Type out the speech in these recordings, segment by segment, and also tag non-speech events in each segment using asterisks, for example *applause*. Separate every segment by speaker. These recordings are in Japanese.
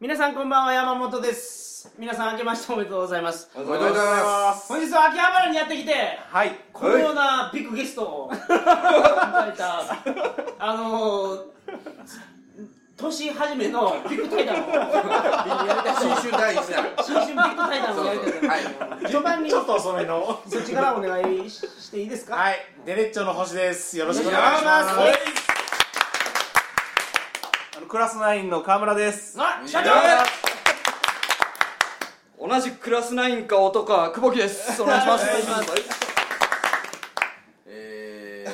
Speaker 1: 皆さんこんばんは山本です皆さん明けましておめでとうございます
Speaker 2: おめでとうございます
Speaker 1: 本日は秋葉原にやってきて
Speaker 2: はい
Speaker 1: このようなビッグゲスト
Speaker 2: *laughs*
Speaker 1: を迎えたあのー、年初めのビッグ対
Speaker 2: *laughs*
Speaker 1: 談をやりたい
Speaker 2: 新春第一弾
Speaker 1: 新春ビッグ対談をやりたいと思います
Speaker 2: は
Speaker 1: 序盤に
Speaker 3: ちょっと遅めの。
Speaker 1: そっちからお願いししていいですか
Speaker 3: はい、デレッチョの星です。よろしくお願いし
Speaker 2: 山
Speaker 3: ま
Speaker 2: 本
Speaker 3: す。
Speaker 2: で
Speaker 3: あのクラスナインの河村です。
Speaker 1: あ社長
Speaker 4: 同じクラスナインか男か久保木 *laughs* ですお願いします
Speaker 1: お願いします
Speaker 2: え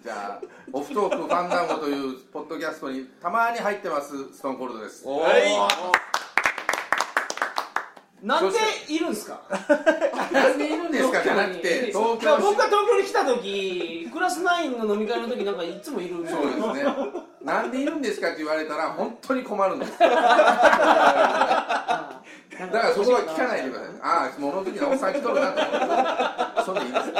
Speaker 2: ーじゃあオフトークファンダンゴというポッドキャストにたまに入ってますストーンコールドです
Speaker 4: お
Speaker 3: はい
Speaker 1: なんでいるんですか
Speaker 2: なんでいるんですかじゃなく *laughs* て東京市
Speaker 1: 僕が東京に来た時クラスナインの飲み会の時なんかいつもいるんで
Speaker 2: そうですねなんでいるんですかって言われたら本当に困 *laughs* るんですだからそこは聞かないでくださいああ物好きなおっさん来とるなと思ってそんでいいです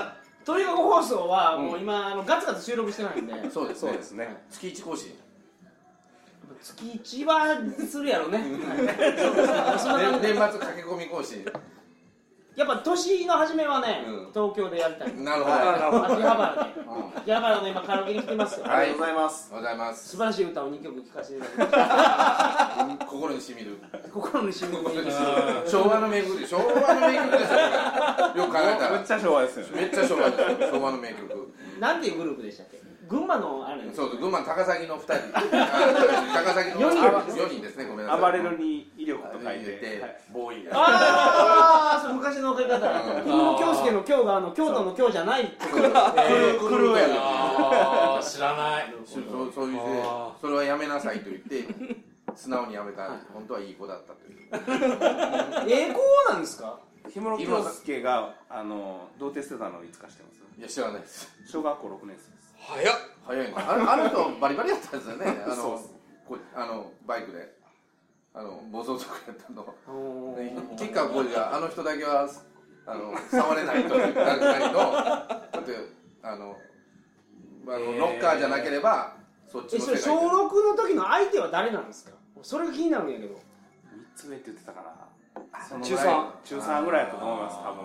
Speaker 1: トリガー放送はもう今、あのガツガツ収録してないんでやっぱ
Speaker 2: *laughs* そうですね
Speaker 3: ね。
Speaker 2: 月一更新
Speaker 1: 月一はするやろねはいそんな感
Speaker 2: 年
Speaker 1: じで
Speaker 2: 年末駆け込み更新
Speaker 1: やっぱ年の初めはね、
Speaker 2: うん
Speaker 1: 東京でやりたい秋
Speaker 2: なるほど、
Speaker 4: あ
Speaker 1: 葉原で
Speaker 2: うん
Speaker 1: 秋葉原の今カラオケに来てますよ、
Speaker 2: はい
Speaker 3: ありがとうございます。
Speaker 2: おはようございます
Speaker 1: 素晴らしい歌を2曲聴かせていただきま
Speaker 2: うん心にしみる
Speaker 1: した心に染み込んで
Speaker 2: 昭和の名曲で昭和の名曲ですよこれよく考えた
Speaker 3: め
Speaker 2: ら
Speaker 3: っちゃ昭和ですよね。
Speaker 2: めっちゃ昭和ですよ昭和の名曲
Speaker 1: なんていうグループでしたっけ群馬のあれ
Speaker 2: そうです群馬高崎の2人あ高崎の
Speaker 1: 四人
Speaker 2: 4人ですねごめんなさい
Speaker 3: 暴れるに威力と書い
Speaker 2: 入れ
Speaker 3: て。
Speaker 2: て
Speaker 3: はい
Speaker 2: ボーイが
Speaker 1: ああそう昔の送り方
Speaker 2: う
Speaker 1: 小
Speaker 2: ん
Speaker 1: 室京介の京があの京都の京じゃない
Speaker 2: えークルーや
Speaker 5: あー知らない
Speaker 2: そうそうそういうね
Speaker 5: あ
Speaker 2: それはやめなさいと言って素直にやめた本当はいい子だったという
Speaker 1: 栄光なんですか
Speaker 3: 氷室京介があの童貞捨てたのをいつか知ってま
Speaker 2: いや知らないです
Speaker 3: す。小学校六年生です。
Speaker 5: 早っ
Speaker 2: 早いのあのあの人バリバリやったんですよねあ
Speaker 3: そう
Speaker 2: のこあのバイクであの暴走族やったのね吉川晃司があの人だけはあの触れないというなりのだってあのあのロッカーじゃなければそっち
Speaker 1: え
Speaker 2: の
Speaker 1: そ
Speaker 2: 世
Speaker 1: れ
Speaker 2: 界
Speaker 1: 小6の時の相手は誰なんですかそれが気になるんやけど
Speaker 3: 三つ上って言ってたかな。その
Speaker 4: 中
Speaker 3: ぐらい
Speaker 4: 三
Speaker 3: 中三ぐらいだったと思います。多分。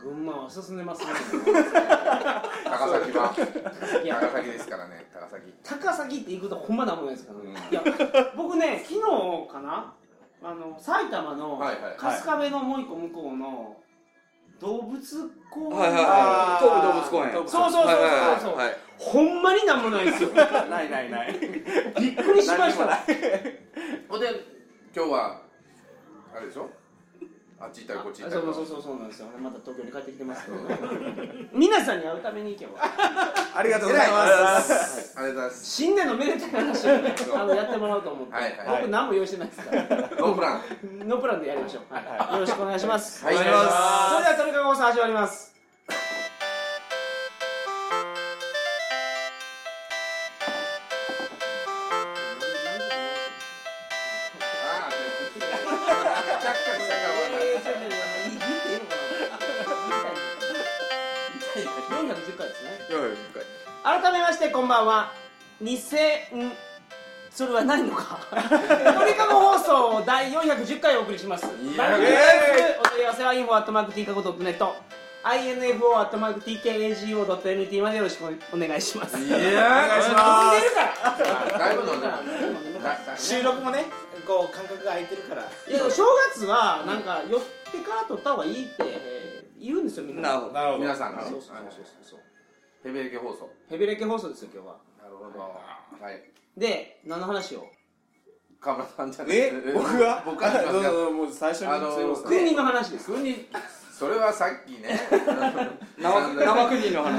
Speaker 1: 群馬は進んでますね
Speaker 2: 高崎はい
Speaker 1: や
Speaker 2: 高崎ですからね高崎
Speaker 1: *laughs* 高崎って行くとほんまなんもないですから
Speaker 2: うん
Speaker 1: ねいや僕ね昨日かなあの埼玉の
Speaker 2: はいはい
Speaker 1: 春日部のもう一個向こうの動物公園
Speaker 4: はいはい
Speaker 3: あー
Speaker 4: はい東武動物公園
Speaker 1: そうそうそう
Speaker 4: はい
Speaker 1: そうそう
Speaker 4: はいはい
Speaker 1: ほんまになんもないですよ
Speaker 3: *laughs* ないないない。
Speaker 1: びっくりしました
Speaker 2: ほんで今日はあれでしょあっち行ったりこっち行った
Speaker 1: そ
Speaker 2: り
Speaker 1: うそうそうそうなんですよまた東京に帰ってきてますけど皆さんに会うために行けば
Speaker 3: ありがとうご
Speaker 2: 偉
Speaker 3: ざ
Speaker 2: い
Speaker 3: い
Speaker 2: あ
Speaker 3: ます。
Speaker 2: りがとうございます
Speaker 1: 新年のめでたい話をねあのやってもらおうと思って、
Speaker 2: はいはい
Speaker 1: 僕何も用意してないです
Speaker 2: *laughs*
Speaker 1: から
Speaker 2: ノープラン
Speaker 1: ノープランでやりましょう、はいよろしくお願いします、
Speaker 2: はい
Speaker 4: お願いします
Speaker 1: それではトリカゴ放送始まります
Speaker 2: あーちゃっかりした顔はない *laughs*
Speaker 1: 410回ですね
Speaker 4: はいはい
Speaker 1: 改めましてこんばんは2000それはないのか鳥かご放送第410回お送りします
Speaker 2: いや
Speaker 1: 番組
Speaker 2: イエーイ
Speaker 1: お問い合わせは info at mark tkago.net info at mark tkago.net までよろしくお願いします
Speaker 2: いや
Speaker 3: 願いし
Speaker 1: 僕
Speaker 3: ま
Speaker 1: 入れるから
Speaker 2: ーだいぶ飲んでます
Speaker 3: 収録もね、こう間隔が空いてるから。
Speaker 1: いや正月はなんか寄ってから撮った方がいいってえー言うんですよみんな
Speaker 4: なるほど
Speaker 3: なるほど。
Speaker 2: 皆さんから
Speaker 1: そうそうそうそうそう
Speaker 2: ヘベレケ放送
Speaker 1: ヘビレケ放送ですよ今日は
Speaker 2: なるほどはい
Speaker 1: で何の話を
Speaker 2: 河村さんじゃない
Speaker 3: え、僕が
Speaker 2: *laughs* 僕が
Speaker 3: どうぞどうぞもう最初に
Speaker 2: あのー
Speaker 3: すいません
Speaker 2: ね
Speaker 1: 国の話です
Speaker 2: 君にそれはさっきね
Speaker 4: 生生国の
Speaker 2: 生あ
Speaker 4: 話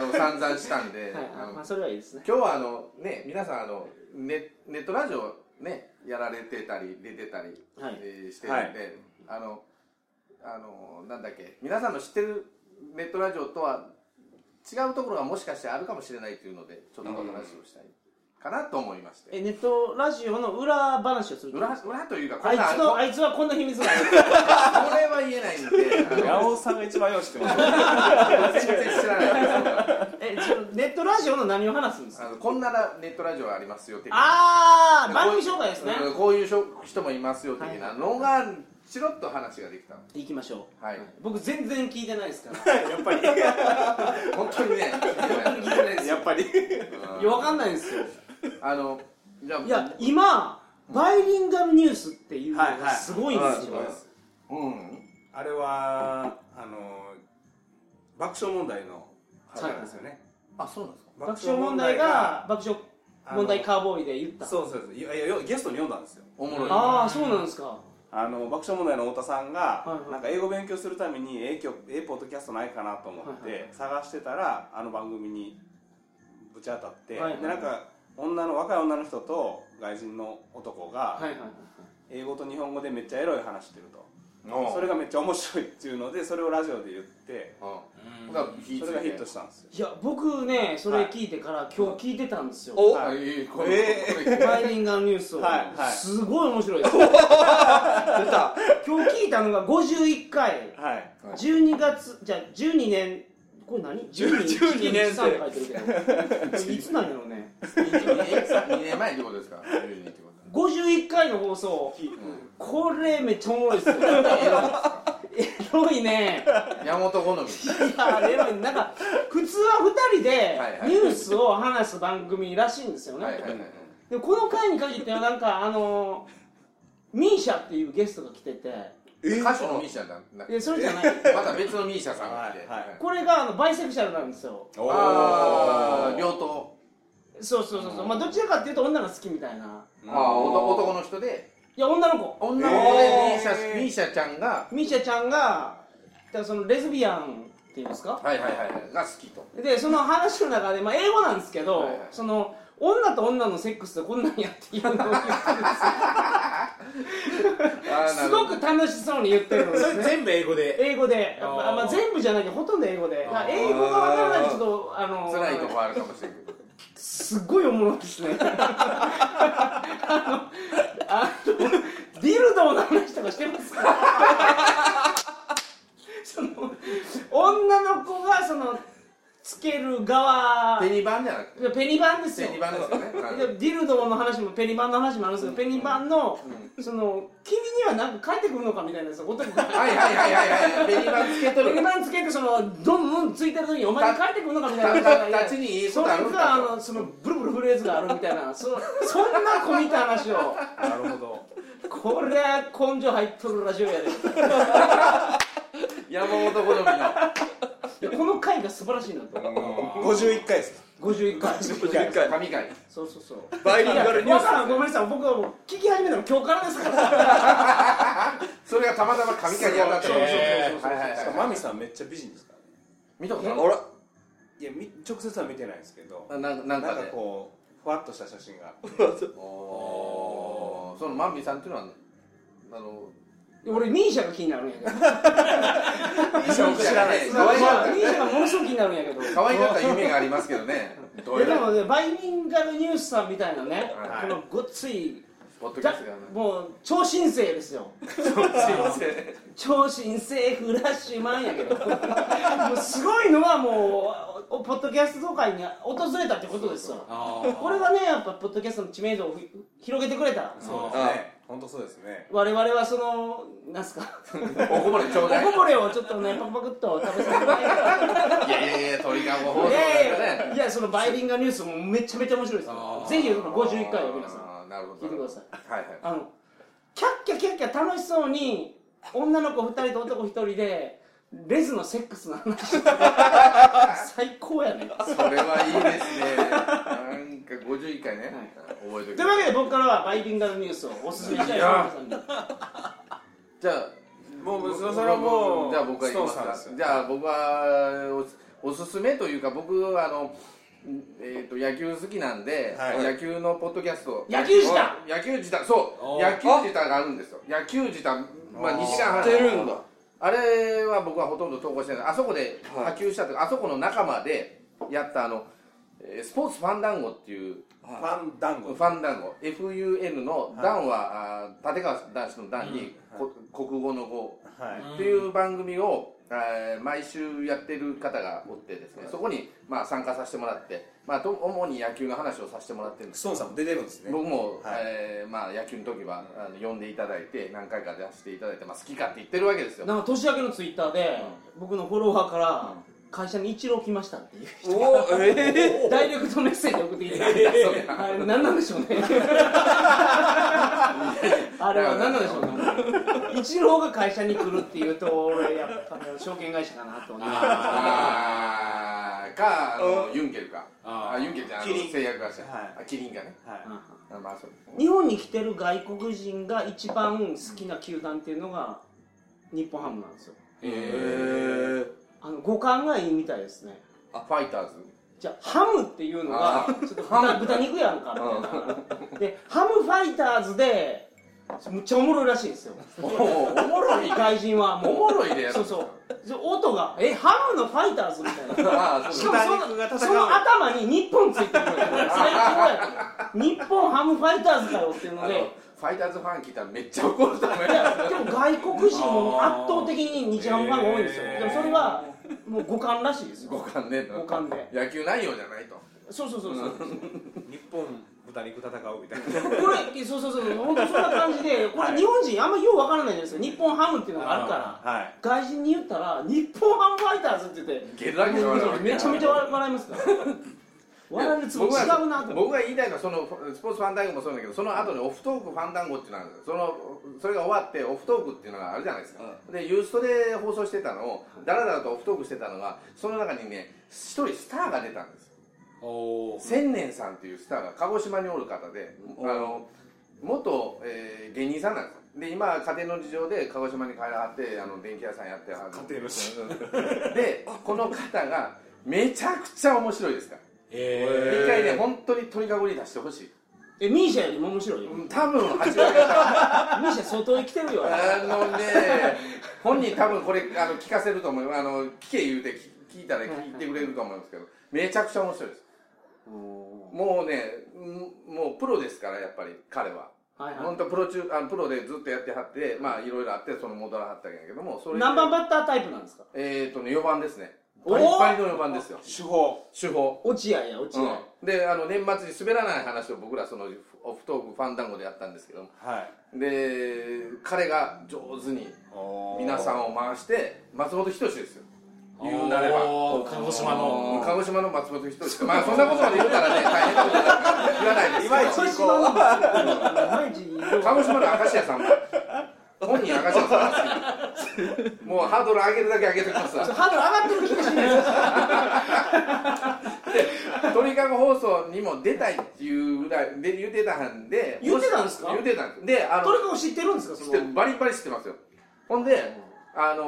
Speaker 2: の散々したんで、
Speaker 1: はい
Speaker 2: あの
Speaker 1: まあそれはいいですね
Speaker 2: 今日はあのね皆さんあのネネットラジオねやられてたり出てたり、
Speaker 1: はい
Speaker 2: えーしてるんで、あのあのなんだっけ皆さんの知ってるネットラジオとは違うところがもしかしてあるかもしれないというのでちょっとお話をしたいかなと思いまして
Speaker 1: えネットラジオの裏話をするってこと
Speaker 2: 裏
Speaker 1: ですか
Speaker 2: 裏というかこ
Speaker 1: あ
Speaker 2: ん
Speaker 1: い
Speaker 2: な
Speaker 1: つのあいつはこんな秘密がある
Speaker 2: これは言えないんであ
Speaker 3: 八
Speaker 2: の
Speaker 3: 尾さんが一番よう知ってます
Speaker 2: 全然知らないです僕は
Speaker 1: *laughs* えちょネットラジオの何を話す *laughs* んです
Speaker 2: あ
Speaker 1: か
Speaker 2: のこんなラネットラジオありますよ的な
Speaker 1: ああ番組紹介ですね
Speaker 2: うんこういうしょ人もいますよ的
Speaker 1: はい
Speaker 2: な
Speaker 1: はい
Speaker 2: のがチロッと話ができた
Speaker 1: 行きましょう
Speaker 2: はい
Speaker 1: 僕全然聞いてないですから
Speaker 3: やっぱり
Speaker 2: 本当にね聞いてないです
Speaker 3: やっ
Speaker 2: *laughs*
Speaker 3: ぱり
Speaker 2: うん
Speaker 1: *laughs* いやわかんないんですよ
Speaker 2: あのじゃあ
Speaker 1: いや今バイリンガルニュースっていうのがすごいんですよ、
Speaker 2: はいはいはいうん
Speaker 3: あれはあの爆笑問題の話なんですよね、
Speaker 2: あそうなんですか
Speaker 1: 爆笑問題が爆笑問題
Speaker 3: あの
Speaker 1: カーボーイで言った
Speaker 3: そうそうそういやいやよゲストに読んだんですよ
Speaker 2: おもろい
Speaker 1: ああそうなんですか
Speaker 3: あの爆笑問題の太田さんが、
Speaker 1: はいはい
Speaker 3: なんか英語勉強するために英語英ポッドキャストないかなと思っ
Speaker 1: はいは
Speaker 3: て探してたらあの番組にぶち当たって、
Speaker 1: はいはい
Speaker 3: でなんか女の若い女の人と外人の男が
Speaker 1: はいはいはい
Speaker 3: 英語と日本語でめっちゃエロい話してると、
Speaker 2: うん
Speaker 3: それがめっちゃ面白いっていうのでそれをラジオで言って
Speaker 2: うんが火
Speaker 3: そ
Speaker 2: つ
Speaker 3: れがヒッ
Speaker 2: い
Speaker 3: ト
Speaker 2: て
Speaker 3: したんですよ
Speaker 1: いや僕ねそれ聞いてから今日聞いてたんですよ、
Speaker 4: お
Speaker 2: あいいこれ
Speaker 3: え
Speaker 2: これ
Speaker 1: バイリンガルニュースを、
Speaker 3: はいはい
Speaker 1: すごい面白いです
Speaker 4: 出た
Speaker 1: 今日聞いたのが51回
Speaker 3: はい
Speaker 1: 12月じゃあ12年これ何12
Speaker 4: 12年
Speaker 1: さんって書いてるけどこれいつなんだろうね
Speaker 2: 2年前ってことですか12ってこ
Speaker 1: 51回の放送
Speaker 2: とうん
Speaker 1: これめっちゃおもろいっすよエロいね
Speaker 2: 山本好み
Speaker 1: いやエロいなんか普通は2人で
Speaker 2: はいはい
Speaker 1: ニュースを話す番組らしいんですよね、
Speaker 2: はいはいはい
Speaker 1: でもこの回に限ってはなんかあのミーシャっていうゲストが来てて
Speaker 2: 歌手のミーシャだない
Speaker 1: やそれじゃない
Speaker 2: また別のミーシャさんが来て
Speaker 3: はいはい
Speaker 1: これがあのバイセクシャルなんですよ
Speaker 3: お
Speaker 2: あー
Speaker 3: ー
Speaker 2: 両党
Speaker 1: そうそうそうそう、まあどちらかっていうと女が好きみたいな
Speaker 2: あー男男の人で
Speaker 1: いや女の子
Speaker 2: 女の子でミ
Speaker 3: え
Speaker 2: ーシ
Speaker 3: ー
Speaker 2: ャミーシャちゃんが
Speaker 1: ミーシャちゃんがだからそのレズビアンっていうんですか
Speaker 2: はいはいはいはいが好きと
Speaker 1: でその話の中で、まあ、英語なんですけど、
Speaker 2: はいはい
Speaker 1: その女と女のセックスってこんなんやっていうのを言
Speaker 2: *laughs*
Speaker 1: ってるすごく楽しそうに言ってるんです
Speaker 5: それ
Speaker 1: ね
Speaker 5: 全部英語で
Speaker 1: 英語でやっぱ
Speaker 5: あー
Speaker 1: まあ、全部じゃないけどほとんど英語でだから英語がわからないとちょっとあの
Speaker 2: 辛いとこあるかもしれんけど
Speaker 1: すっごいおもろいですね *laughs* あのあのディルドの話とかしてますか *laughs* その女の子がそのつける側
Speaker 2: *laughs* ペニバンじゃなくて
Speaker 1: ペニバンですよ
Speaker 2: ペニバンですよね
Speaker 1: でディルドの話もペニバンの話もあるんですけど、ペニバンの、その君にはなんか帰ってくるのかみたいなやつ男が
Speaker 2: はいはいはいはいはいペニバンつけと
Speaker 1: ペニ
Speaker 2: る
Speaker 1: バンつけてそのどんどんついてる時にお前に帰ってくるのかみたいなやつが
Speaker 2: たたちにいいこ
Speaker 1: そ
Speaker 2: と
Speaker 1: れ
Speaker 2: あるん
Speaker 1: かあ
Speaker 2: だ
Speaker 1: のそのブルブルフレーズがあるみたい
Speaker 4: *laughs*
Speaker 1: なそのそんな込みた話を
Speaker 3: なるほど
Speaker 1: これ根性入っとるラジオやで
Speaker 2: 山本好みの
Speaker 1: いやこの回が素晴らしいなと
Speaker 3: 51回です
Speaker 1: 51回そう
Speaker 4: 一回
Speaker 2: 神回
Speaker 1: そうそう
Speaker 4: バイリンガルニュース
Speaker 1: いやわからんごめんなさい僕はもう聞き始めたの今日からですから
Speaker 4: *laughs*
Speaker 2: それがたまたま神回に当たってる
Speaker 5: そうそうそう
Speaker 2: はいはいはい
Speaker 3: しかもマミさんめっちゃ美人ですからね
Speaker 2: 見たことある
Speaker 3: あらいやみ直接は見てないですけど
Speaker 2: あなんな
Speaker 3: なんんか
Speaker 2: かで
Speaker 3: こうふわっとした写真があって
Speaker 2: おーそのマンビさんっていうのはあの
Speaker 1: いや俺ミーシャが気になるんやけど
Speaker 2: 知らない
Speaker 1: ミーシ
Speaker 2: 可
Speaker 1: ャミーシャがものすごく気になるんやけど
Speaker 2: 愛かった夢がありますけどねどう
Speaker 1: い
Speaker 2: や
Speaker 1: やで
Speaker 2: ら
Speaker 1: もねバイリンガルニュースさんみたいなね、このごっつい
Speaker 2: ポッドキ
Speaker 1: だ
Speaker 2: ャストがね
Speaker 1: もう超新星ですよ超新星フラッシュマンやけどもうすごいのはもうおポッドキャスト界に訪れたってことですよこれがねやっぱポッドキャストの知名度をひ広げてくれた
Speaker 5: そう
Speaker 2: あ
Speaker 3: ね本当そうですね
Speaker 1: 我々はそのなんすか
Speaker 2: おこぼれちょ
Speaker 1: お
Speaker 2: うだい
Speaker 1: こぼれをちょっとねパクパクっと食べさせてもらえたら
Speaker 2: いやいやいや鳥かご放送
Speaker 1: い
Speaker 2: だ
Speaker 1: やい
Speaker 2: か
Speaker 1: やい
Speaker 2: ら
Speaker 1: や
Speaker 2: ね
Speaker 1: いやそのバイリンガルニュースもめちゃめちゃ面白いですよぜひその51回を皆さん
Speaker 2: んなるほど
Speaker 1: 聞いてください
Speaker 2: はいはい
Speaker 1: あのキャッキャキャッキャ楽しそうに女の子2人と男1人でレズのセックスの話 *laughs* してて最高やね
Speaker 2: それはいいですねなんか51回ね覚えておい
Speaker 1: と
Speaker 2: て
Speaker 1: いうわけで僕からはバイリンガルニュースをおすすめしたいと思いますんで
Speaker 2: じゃあ
Speaker 3: もう
Speaker 2: 僕
Speaker 3: それはもう
Speaker 2: じゃあ僕は言いま
Speaker 3: ストーンさんですす
Speaker 2: か
Speaker 3: よ
Speaker 2: じゃあ僕はおおすすめというか僕はあのえー、と野球好きなんで、
Speaker 3: はい
Speaker 2: 野球のポッドキャスト
Speaker 1: 野球自体
Speaker 2: 野球自体そう
Speaker 5: お
Speaker 2: 野球自体があるんですよ野球自体まあ2時間半
Speaker 4: 出るんだ
Speaker 2: あれは僕はほとんど投稿してないあそこで
Speaker 4: はい
Speaker 2: 波及したというか、あそこの仲間でやったあの、ええースポーツファンダンゴっていう
Speaker 3: ファンダン
Speaker 2: フ
Speaker 3: ゴ
Speaker 2: ァンダンゴ FUN の「ダン」は、あー立川談志の「ダン」に、こ国語の「語」
Speaker 3: はい
Speaker 2: っていう番組を、えー毎週やってる方がおってですねそこに、まあ、参加させてもらって、まあ、と主に野球の話をさせてもらってるんです
Speaker 3: ストーンさんも出てるんですね
Speaker 2: 僕も、
Speaker 3: はい
Speaker 2: えーまあ、野球の時はあの呼んでいただいて何回か出していただいて、まあ、好きかって言ってるわけですよ
Speaker 1: なんか年明けのツイッターで、僕のフォロワーから、会社に一郎来ましたっていう人
Speaker 4: おえ
Speaker 1: ダイレクトメッセージ送っていただいて、あれ何なんでし *laughs* ょうねあれは何なんでしょうね一郎が会社に来るっていうと俺やっぱね証券会社かなと思います
Speaker 2: あーかあのユンケルか
Speaker 5: あ
Speaker 2: あユンケルじゃんあの
Speaker 3: キリン
Speaker 2: 製薬会社、
Speaker 3: はい
Speaker 2: あキリンがね
Speaker 3: はい
Speaker 2: あまあそう
Speaker 1: 日本に来てる外国人が一番好きな球団っていうのが日本ハムなんですよ
Speaker 2: え
Speaker 4: ー
Speaker 1: あの五感がいいみたいですね
Speaker 2: ファイターズ
Speaker 1: じゃあハムっていうのが
Speaker 2: あー
Speaker 1: ちょっと豚豚肉やんかみたいなでハムファイターズでむっちゃおもろいらしいんですよ
Speaker 2: おーおも
Speaker 3: *laughs*
Speaker 2: ろい
Speaker 1: 外人は
Speaker 2: お
Speaker 1: もう
Speaker 2: もろいでやる
Speaker 1: そうそうで音が「えハムのファイターズ」みたい
Speaker 2: *laughs*
Speaker 1: なし
Speaker 2: ああそう
Speaker 1: かもそ
Speaker 3: 豚肉が戦
Speaker 1: の
Speaker 3: う
Speaker 1: その頭に日本ついてる最高や日本ハムファイターズだよっていうの
Speaker 2: あの
Speaker 1: で
Speaker 2: ファイターズファン聞いたらめっちゃ怒ると思うよ
Speaker 1: でも外国人も圧倒的に日ハムファンが多いんですよ、
Speaker 5: へー
Speaker 1: でもそれはもう五感らしいです
Speaker 2: 五
Speaker 1: よ
Speaker 2: 感ね
Speaker 1: 五感で
Speaker 2: 野球内容じゃないと
Speaker 1: そうそうそうそう
Speaker 3: 日本豚肉戦うみたいな
Speaker 1: これそうそうそう本当そんな感じでこれ日本人あんまようわからないじゃないですか日本ハムっていうのがあるから
Speaker 3: はい
Speaker 1: 外人に言ったら「日本ハムファイターズ」って言って
Speaker 2: ゲラゲラ笑う
Speaker 1: めちゃめちゃ笑いますから笑えるつもり違うなと思って
Speaker 2: 僕が言いたいのはそのスポーツファンダンゴもそうだけどその後にオフトークファンダンゴっていうのがあるんですよそのそれが終わってオフトークっていうのがあるじゃないですか、でユーストで放送してたのをだらだらとオフトークしてたのがその中にね一人スターが出たんですよ
Speaker 5: おー
Speaker 2: 千年さんっていうスターが鹿児島におる方で、あの元、えー芸人さんなんですよで今家庭の事情で鹿児島に帰らはってあの電気屋さんやってはる
Speaker 3: 家庭の事
Speaker 2: でこの方がめちゃくちゃ面白いですから
Speaker 5: え
Speaker 2: 一回ね本当に鳥かごに出してほしい
Speaker 1: えミーシャよりも面白いよミ
Speaker 2: 多分8割方
Speaker 1: ーシャ相当生きてるよ
Speaker 2: あのね本人多分これあの聞かせると思うあの聞け言うて聞聞いたら聞いてくれると思いますけどめちゃくちゃ面白いですもうねうんもうプロですからやっぱり彼は
Speaker 1: はいは
Speaker 2: 本当プロ中あのプロでずっとやってはってまあいろいろあってその戻らはったんやけどもそれ
Speaker 1: い
Speaker 2: で
Speaker 1: 何番バッタータイプなんですか
Speaker 2: えっ、とね4番ですね
Speaker 1: お
Speaker 2: パ
Speaker 1: ー
Speaker 2: リパリの4番ですよ
Speaker 3: 手法
Speaker 2: 主砲
Speaker 1: 落合や落合
Speaker 2: うん、であの年末に滑らない話を僕らそのオフトークファンダンゴでやったんですけど
Speaker 3: はい
Speaker 2: で彼が上手に皆さんを回して松本人志ですよ言うなれば
Speaker 5: おー鹿児島の
Speaker 2: 鹿児島の松本人志まあそんなことまで言うたらね大変なことだ言わないです
Speaker 3: 今
Speaker 2: け
Speaker 3: 一
Speaker 2: ど
Speaker 1: 鹿児島の毎日
Speaker 2: 鹿児島の明石家さんも本人明石家さんが好きもうハードル上げるだけ上げてください
Speaker 1: ハードル上がってる気がしないです
Speaker 2: 鳥かご放送にも出たいっていうぐらいで言ってたんで
Speaker 1: 言ってたんですか
Speaker 2: 言ってたんですであの
Speaker 1: トリコも知ってるんですか
Speaker 2: 知っ
Speaker 1: そ
Speaker 2: て
Speaker 1: の
Speaker 2: るバリバリ知ってますよほんで、あの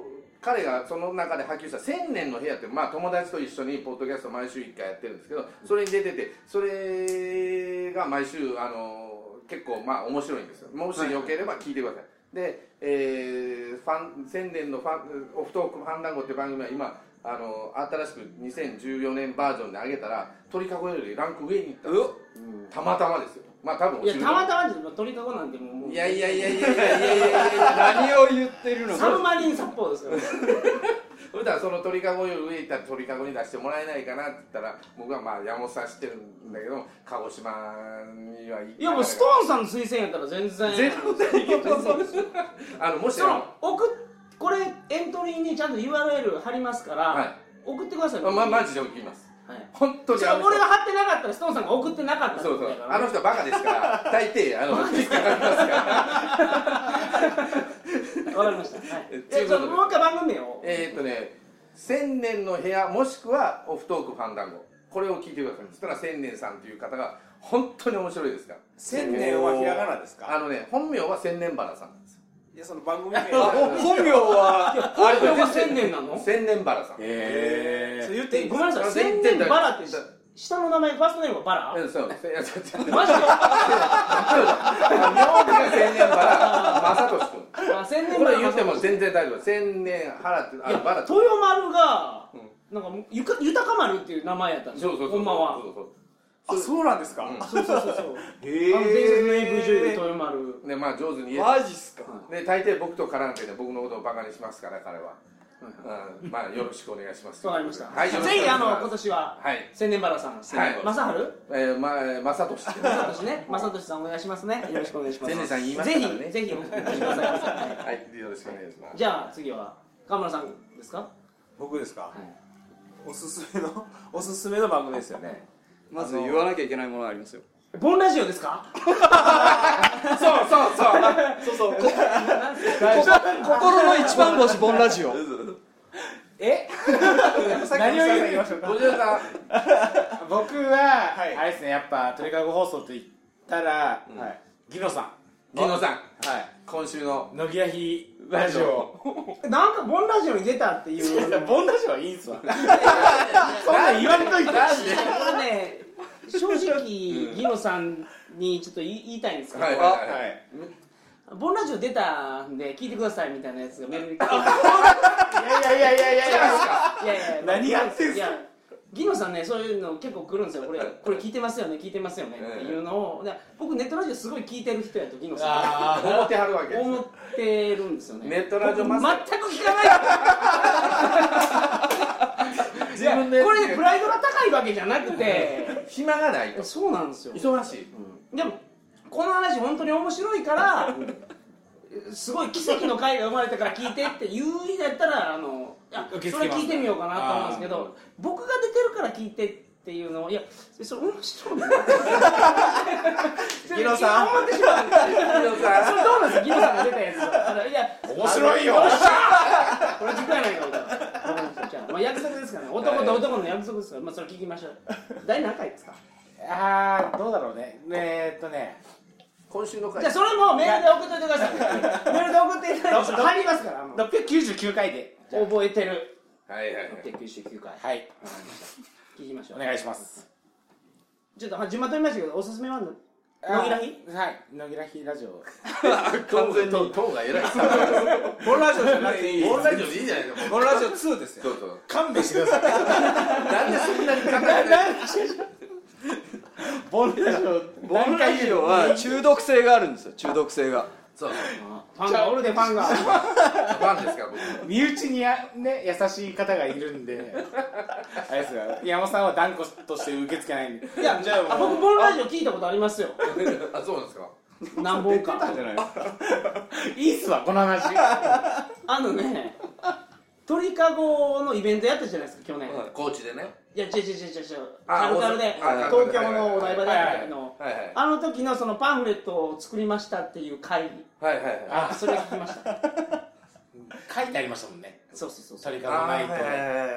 Speaker 2: ー彼がその中で波及した「千年の部屋」ってまあ友達と一緒にポッドキャスト毎週1回やってるんですけどそれに出ててそれが毎週あのー結構まあ面白いんですよもしよければ聞いてください、で、えーファン千年のファンオフトークファンダンゴっていう番組は今あのー新しく2014年バージョンで上げたら鳥かごよりランク上に行ったんですよたまたまですよまあ多分
Speaker 1: いやたま
Speaker 2: ま
Speaker 1: たまですよ鳥かごなんてもう
Speaker 2: いやいやいやいやいやいやいやいや
Speaker 4: 何を言ってるの
Speaker 1: サブマリン殺法ですから
Speaker 2: それではその鳥かごより上行ったら鳥かごに出してもらえないかなって言ったら僕はまあ山本さん知ってるんだけど鹿児島には行って
Speaker 1: いやもうストーンさんの推薦やったら全然
Speaker 2: 全然いけたそうですあのもし
Speaker 1: その送っこれエントリーにちゃんと URL 貼りますから、
Speaker 2: はい
Speaker 1: 送ってください、
Speaker 2: まマジで起きます
Speaker 1: はい
Speaker 2: 本当に
Speaker 1: それ
Speaker 2: あの人
Speaker 1: 俺が貼ってなかったらストーンさんが送ってなかった
Speaker 2: そうそう
Speaker 1: だから
Speaker 2: あの人はバカですから大抵
Speaker 1: *laughs*
Speaker 2: あの引っかかりますから
Speaker 1: わかりました、はい、
Speaker 2: え
Speaker 1: えちょっともう一回番組名を
Speaker 2: えーっとね千年の部屋もしくはオフトークファンダンゴこれを聞いてくださいそしたら千年さんという方が本当に面白いですから
Speaker 3: 千年はひらがなですか
Speaker 2: あのね本名は千年花さんなんですよ
Speaker 3: いやその番組名
Speaker 4: あ
Speaker 6: *laughs*
Speaker 4: お本名はあれ
Speaker 1: これが千年なの
Speaker 2: 千年花さん
Speaker 3: ええ言ってい
Speaker 1: え
Speaker 3: い
Speaker 1: ごめんなさい千年バラって下の名前ファーストネームがバラ
Speaker 2: うんそういやちょちょちょ
Speaker 1: マジで
Speaker 2: 名字が千年バラ正俊君
Speaker 1: あ千年年
Speaker 2: こ
Speaker 1: ぐら
Speaker 2: れ
Speaker 1: い
Speaker 2: 言っても全然大丈夫千年原って
Speaker 1: い
Speaker 2: あ
Speaker 1: や
Speaker 2: のバラって
Speaker 1: 豊丸が、なんかゆか豊か丸っていう名前やったんですよ
Speaker 2: そうそうそう
Speaker 1: ほんまは
Speaker 2: そうそう
Speaker 6: あそうなんですか、
Speaker 2: うん
Speaker 1: そうそうそう
Speaker 2: *laughs*
Speaker 1: そう
Speaker 6: へ
Speaker 1: あの伝説の AV 女優
Speaker 6: え
Speaker 1: 豊丸
Speaker 2: そうでまあ上手に言え
Speaker 4: マジっすか
Speaker 2: で大抵僕と絡んでね僕のことをバカにしますから彼は、うんまあよろしくお願いします
Speaker 1: わかりました、
Speaker 2: はいよろしくお願
Speaker 1: ぜ
Speaker 2: い
Speaker 1: ひ
Speaker 2: し
Speaker 1: あの
Speaker 2: ます
Speaker 1: 今年は
Speaker 2: はい
Speaker 1: 千年原さん
Speaker 2: はい
Speaker 1: 正春
Speaker 2: えー、まえーまさとしってね
Speaker 1: 正俊ね正俊さんお願いしますねよろしくお願いします
Speaker 2: 千年さん言いま
Speaker 1: ぜ
Speaker 2: したから
Speaker 1: ひ
Speaker 2: ね
Speaker 1: ぜひお願いしてください
Speaker 2: はいよろしくお願いします
Speaker 1: じゃあ次は河村さんですか
Speaker 6: 僕ですか、
Speaker 1: い
Speaker 6: おすすめのおすすめの番組ですよね
Speaker 4: まず言わなきゃいけないものありますよ
Speaker 1: ボンラジオですか
Speaker 2: そうそうそう
Speaker 4: そうそうこ心の一番星ボンラジオ
Speaker 1: え
Speaker 6: 何を言いましょう
Speaker 2: 五十さ
Speaker 3: 僕は、あれですねやっぱ鳥かご放送と言ったら、はい、ギノさん
Speaker 2: ん、木野さん、
Speaker 3: はい
Speaker 2: 今週の
Speaker 3: 乃木やひラジオ
Speaker 1: なんかボンラジオに出たっていう
Speaker 3: *laughs* ボンラジオはいいんすわそんなん言われといて
Speaker 1: あのね正直ギノさんにちょっと言い言いたいんですけど、
Speaker 2: はいはいはい
Speaker 3: はい
Speaker 1: ボンラジオ出たんで聞いてくださいみたいなやつがメールに来て
Speaker 3: いやいやいやいやいや
Speaker 1: いやいやいや
Speaker 3: 何やってんす
Speaker 1: い
Speaker 3: か
Speaker 1: やギノさんねそういうの結構来るんですよこれこれ聞いてますよね聞いてますよねっていうのをで僕ネットラジオすごい聞いてる人やとギノさ
Speaker 3: あ
Speaker 2: 思ってはるわけ
Speaker 1: ん思ってるんですよね
Speaker 2: ネットラジオ
Speaker 1: 僕
Speaker 2: まさ
Speaker 1: 全く聞かない
Speaker 2: 自分で
Speaker 1: これねプライドが高いわけじゃなくて
Speaker 2: 暇がないと
Speaker 1: そうなんですよ
Speaker 2: 忙しい
Speaker 1: でもこの話本当に面白いからすごい奇跡の回が生まれたから聞いてって言うんやったらあのいや
Speaker 3: 受け
Speaker 1: そ
Speaker 3: 付
Speaker 1: れ
Speaker 3: けます
Speaker 1: 聞いてみようかなと思うんですけど僕が出てるから聞いてっていうのをいやそれ面白いな
Speaker 6: ギノさん
Speaker 1: 思ってしまう
Speaker 2: 木
Speaker 1: そ
Speaker 2: 野さ
Speaker 1: れどうなんですかギノさんが出たやつあのいや
Speaker 3: 面白いよ
Speaker 1: これ聞くやないかみたいなわかりましたじゃあ、まあ、約束ですからね男と男の約束ですから、まあ、それ聞きましょう第何回ですか
Speaker 3: あーどうだろうねえーっとね
Speaker 2: 今週の
Speaker 1: じゃあ
Speaker 2: 回
Speaker 1: それもメールで送っといてく *laughs* ださいメールで送っていただいて
Speaker 3: どど
Speaker 1: 入りますからあの
Speaker 3: 699回で
Speaker 1: 覚えてる
Speaker 2: はいはいはい
Speaker 1: 699回
Speaker 3: はい
Speaker 1: 聞きましょ
Speaker 3: お
Speaker 1: う
Speaker 3: 願いします
Speaker 1: ちょっと始まってみましたけどおすすめはの野木らひ
Speaker 3: あはい乃木らひラジオ
Speaker 4: 完全に
Speaker 2: トーンが偉い
Speaker 6: ボンラジオじゃなくていい
Speaker 2: オンラジオでいいじゃないの
Speaker 6: ボンラジオ2ですよ
Speaker 2: そうそう
Speaker 3: 勘弁してください
Speaker 2: なんでそんなに語れない
Speaker 3: ボンラジオ
Speaker 4: ボンラジオは中毒性があるんですよ中毒性が
Speaker 2: そうそう
Speaker 1: ファンがおるでファンが
Speaker 2: ファンですから僕
Speaker 3: 身内にや、ね、優しい方がいるんであれですよ山本さんは断固として受け付けないんで
Speaker 1: いや
Speaker 3: じゃあもう
Speaker 1: 僕ボンラジオ聞いたことあります *laughs* よ
Speaker 2: あそうなんですか
Speaker 1: 何
Speaker 6: 出
Speaker 1: 本
Speaker 6: たんじゃ
Speaker 1: か
Speaker 6: ないですか
Speaker 3: いいっすわこの話
Speaker 1: あのね鳥かごのイベントやったじゃないですか去年、い、
Speaker 2: 高知でね
Speaker 1: や違う違う違う違う違う
Speaker 2: あ
Speaker 1: タルタルで
Speaker 2: あ
Speaker 1: 東京のお台場でやった時の
Speaker 2: はいはい
Speaker 1: あの時のそのパンフレットを作りましたっていう会議
Speaker 2: はいはいはい
Speaker 3: あ
Speaker 1: それ聞きま *laughs* した
Speaker 3: 書いてありましたもんね
Speaker 1: そうそうそうそう
Speaker 3: 鳥かご
Speaker 2: あ
Speaker 3: ナイ
Speaker 2: ー
Speaker 3: ト
Speaker 2: はい
Speaker 3: で、
Speaker 2: はいはいはいあ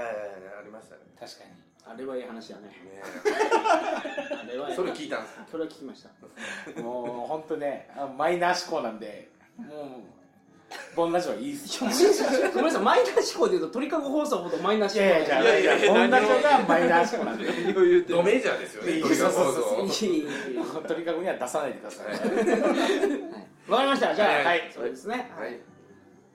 Speaker 2: りましたね
Speaker 3: 確かに
Speaker 1: あれはいい話だね
Speaker 2: ね
Speaker 1: あれは
Speaker 2: それ聞いたんです
Speaker 1: それは聞きました
Speaker 3: もう本当ねあマイナー思考なんでもうボンラジオいいっすよ
Speaker 1: ごめんなさいマイナー思考で言うと鳥かご放送ほどマイナー
Speaker 3: い
Speaker 1: 思考
Speaker 3: やいやいやいやいやボンラジオがマイナー思考なんで
Speaker 4: 余裕
Speaker 2: ドメジャーですよね
Speaker 3: そうそうそう
Speaker 2: そう
Speaker 1: いいいいいい
Speaker 3: 鳥かごには出さないでください
Speaker 1: わかりましたじゃあ
Speaker 2: はい
Speaker 1: はいそうですね
Speaker 2: はい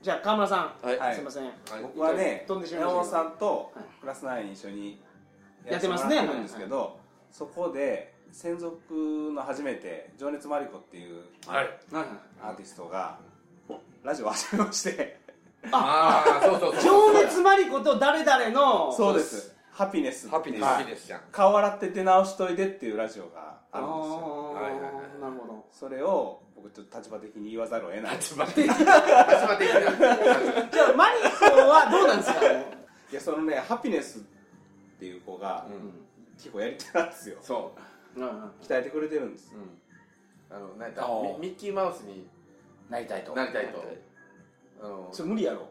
Speaker 1: じゃあ河村さん
Speaker 4: はい
Speaker 6: はい
Speaker 1: すいません
Speaker 6: 僕はね
Speaker 1: 飛んでしまいま
Speaker 6: 山
Speaker 1: したけど
Speaker 6: 本さんと
Speaker 1: はい
Speaker 6: クラスナイン一緒に
Speaker 1: やってますね
Speaker 6: やらせてもらってるんですけどそこで専属の初めて情熱マリコっていう
Speaker 2: はい
Speaker 6: アーティストがラジオを始めまして
Speaker 2: ああそうそうそう
Speaker 1: 情熱マリコと誰々の
Speaker 6: そうですハピネス
Speaker 4: ハピネス
Speaker 2: 好きですじゃん
Speaker 6: 顔洗って出直しといてっていうラジオがあ
Speaker 1: あ
Speaker 6: るんですよ
Speaker 1: ー
Speaker 2: はいはいはい
Speaker 1: なるほど
Speaker 6: それを僕ちょっと立場的に言わざるを得ない
Speaker 2: 立場的な立場的な
Speaker 1: じゃあマリコはどうなんですか
Speaker 6: いやそのねハピネスっていう子が
Speaker 2: うん
Speaker 6: 結構やり手なんですよ
Speaker 2: そう
Speaker 6: 鍛えてくれてるんです
Speaker 2: あのなんか
Speaker 3: あー
Speaker 2: ミミッキーマウスに
Speaker 3: なりたいと
Speaker 2: なりたいとあの
Speaker 1: それ無理やろ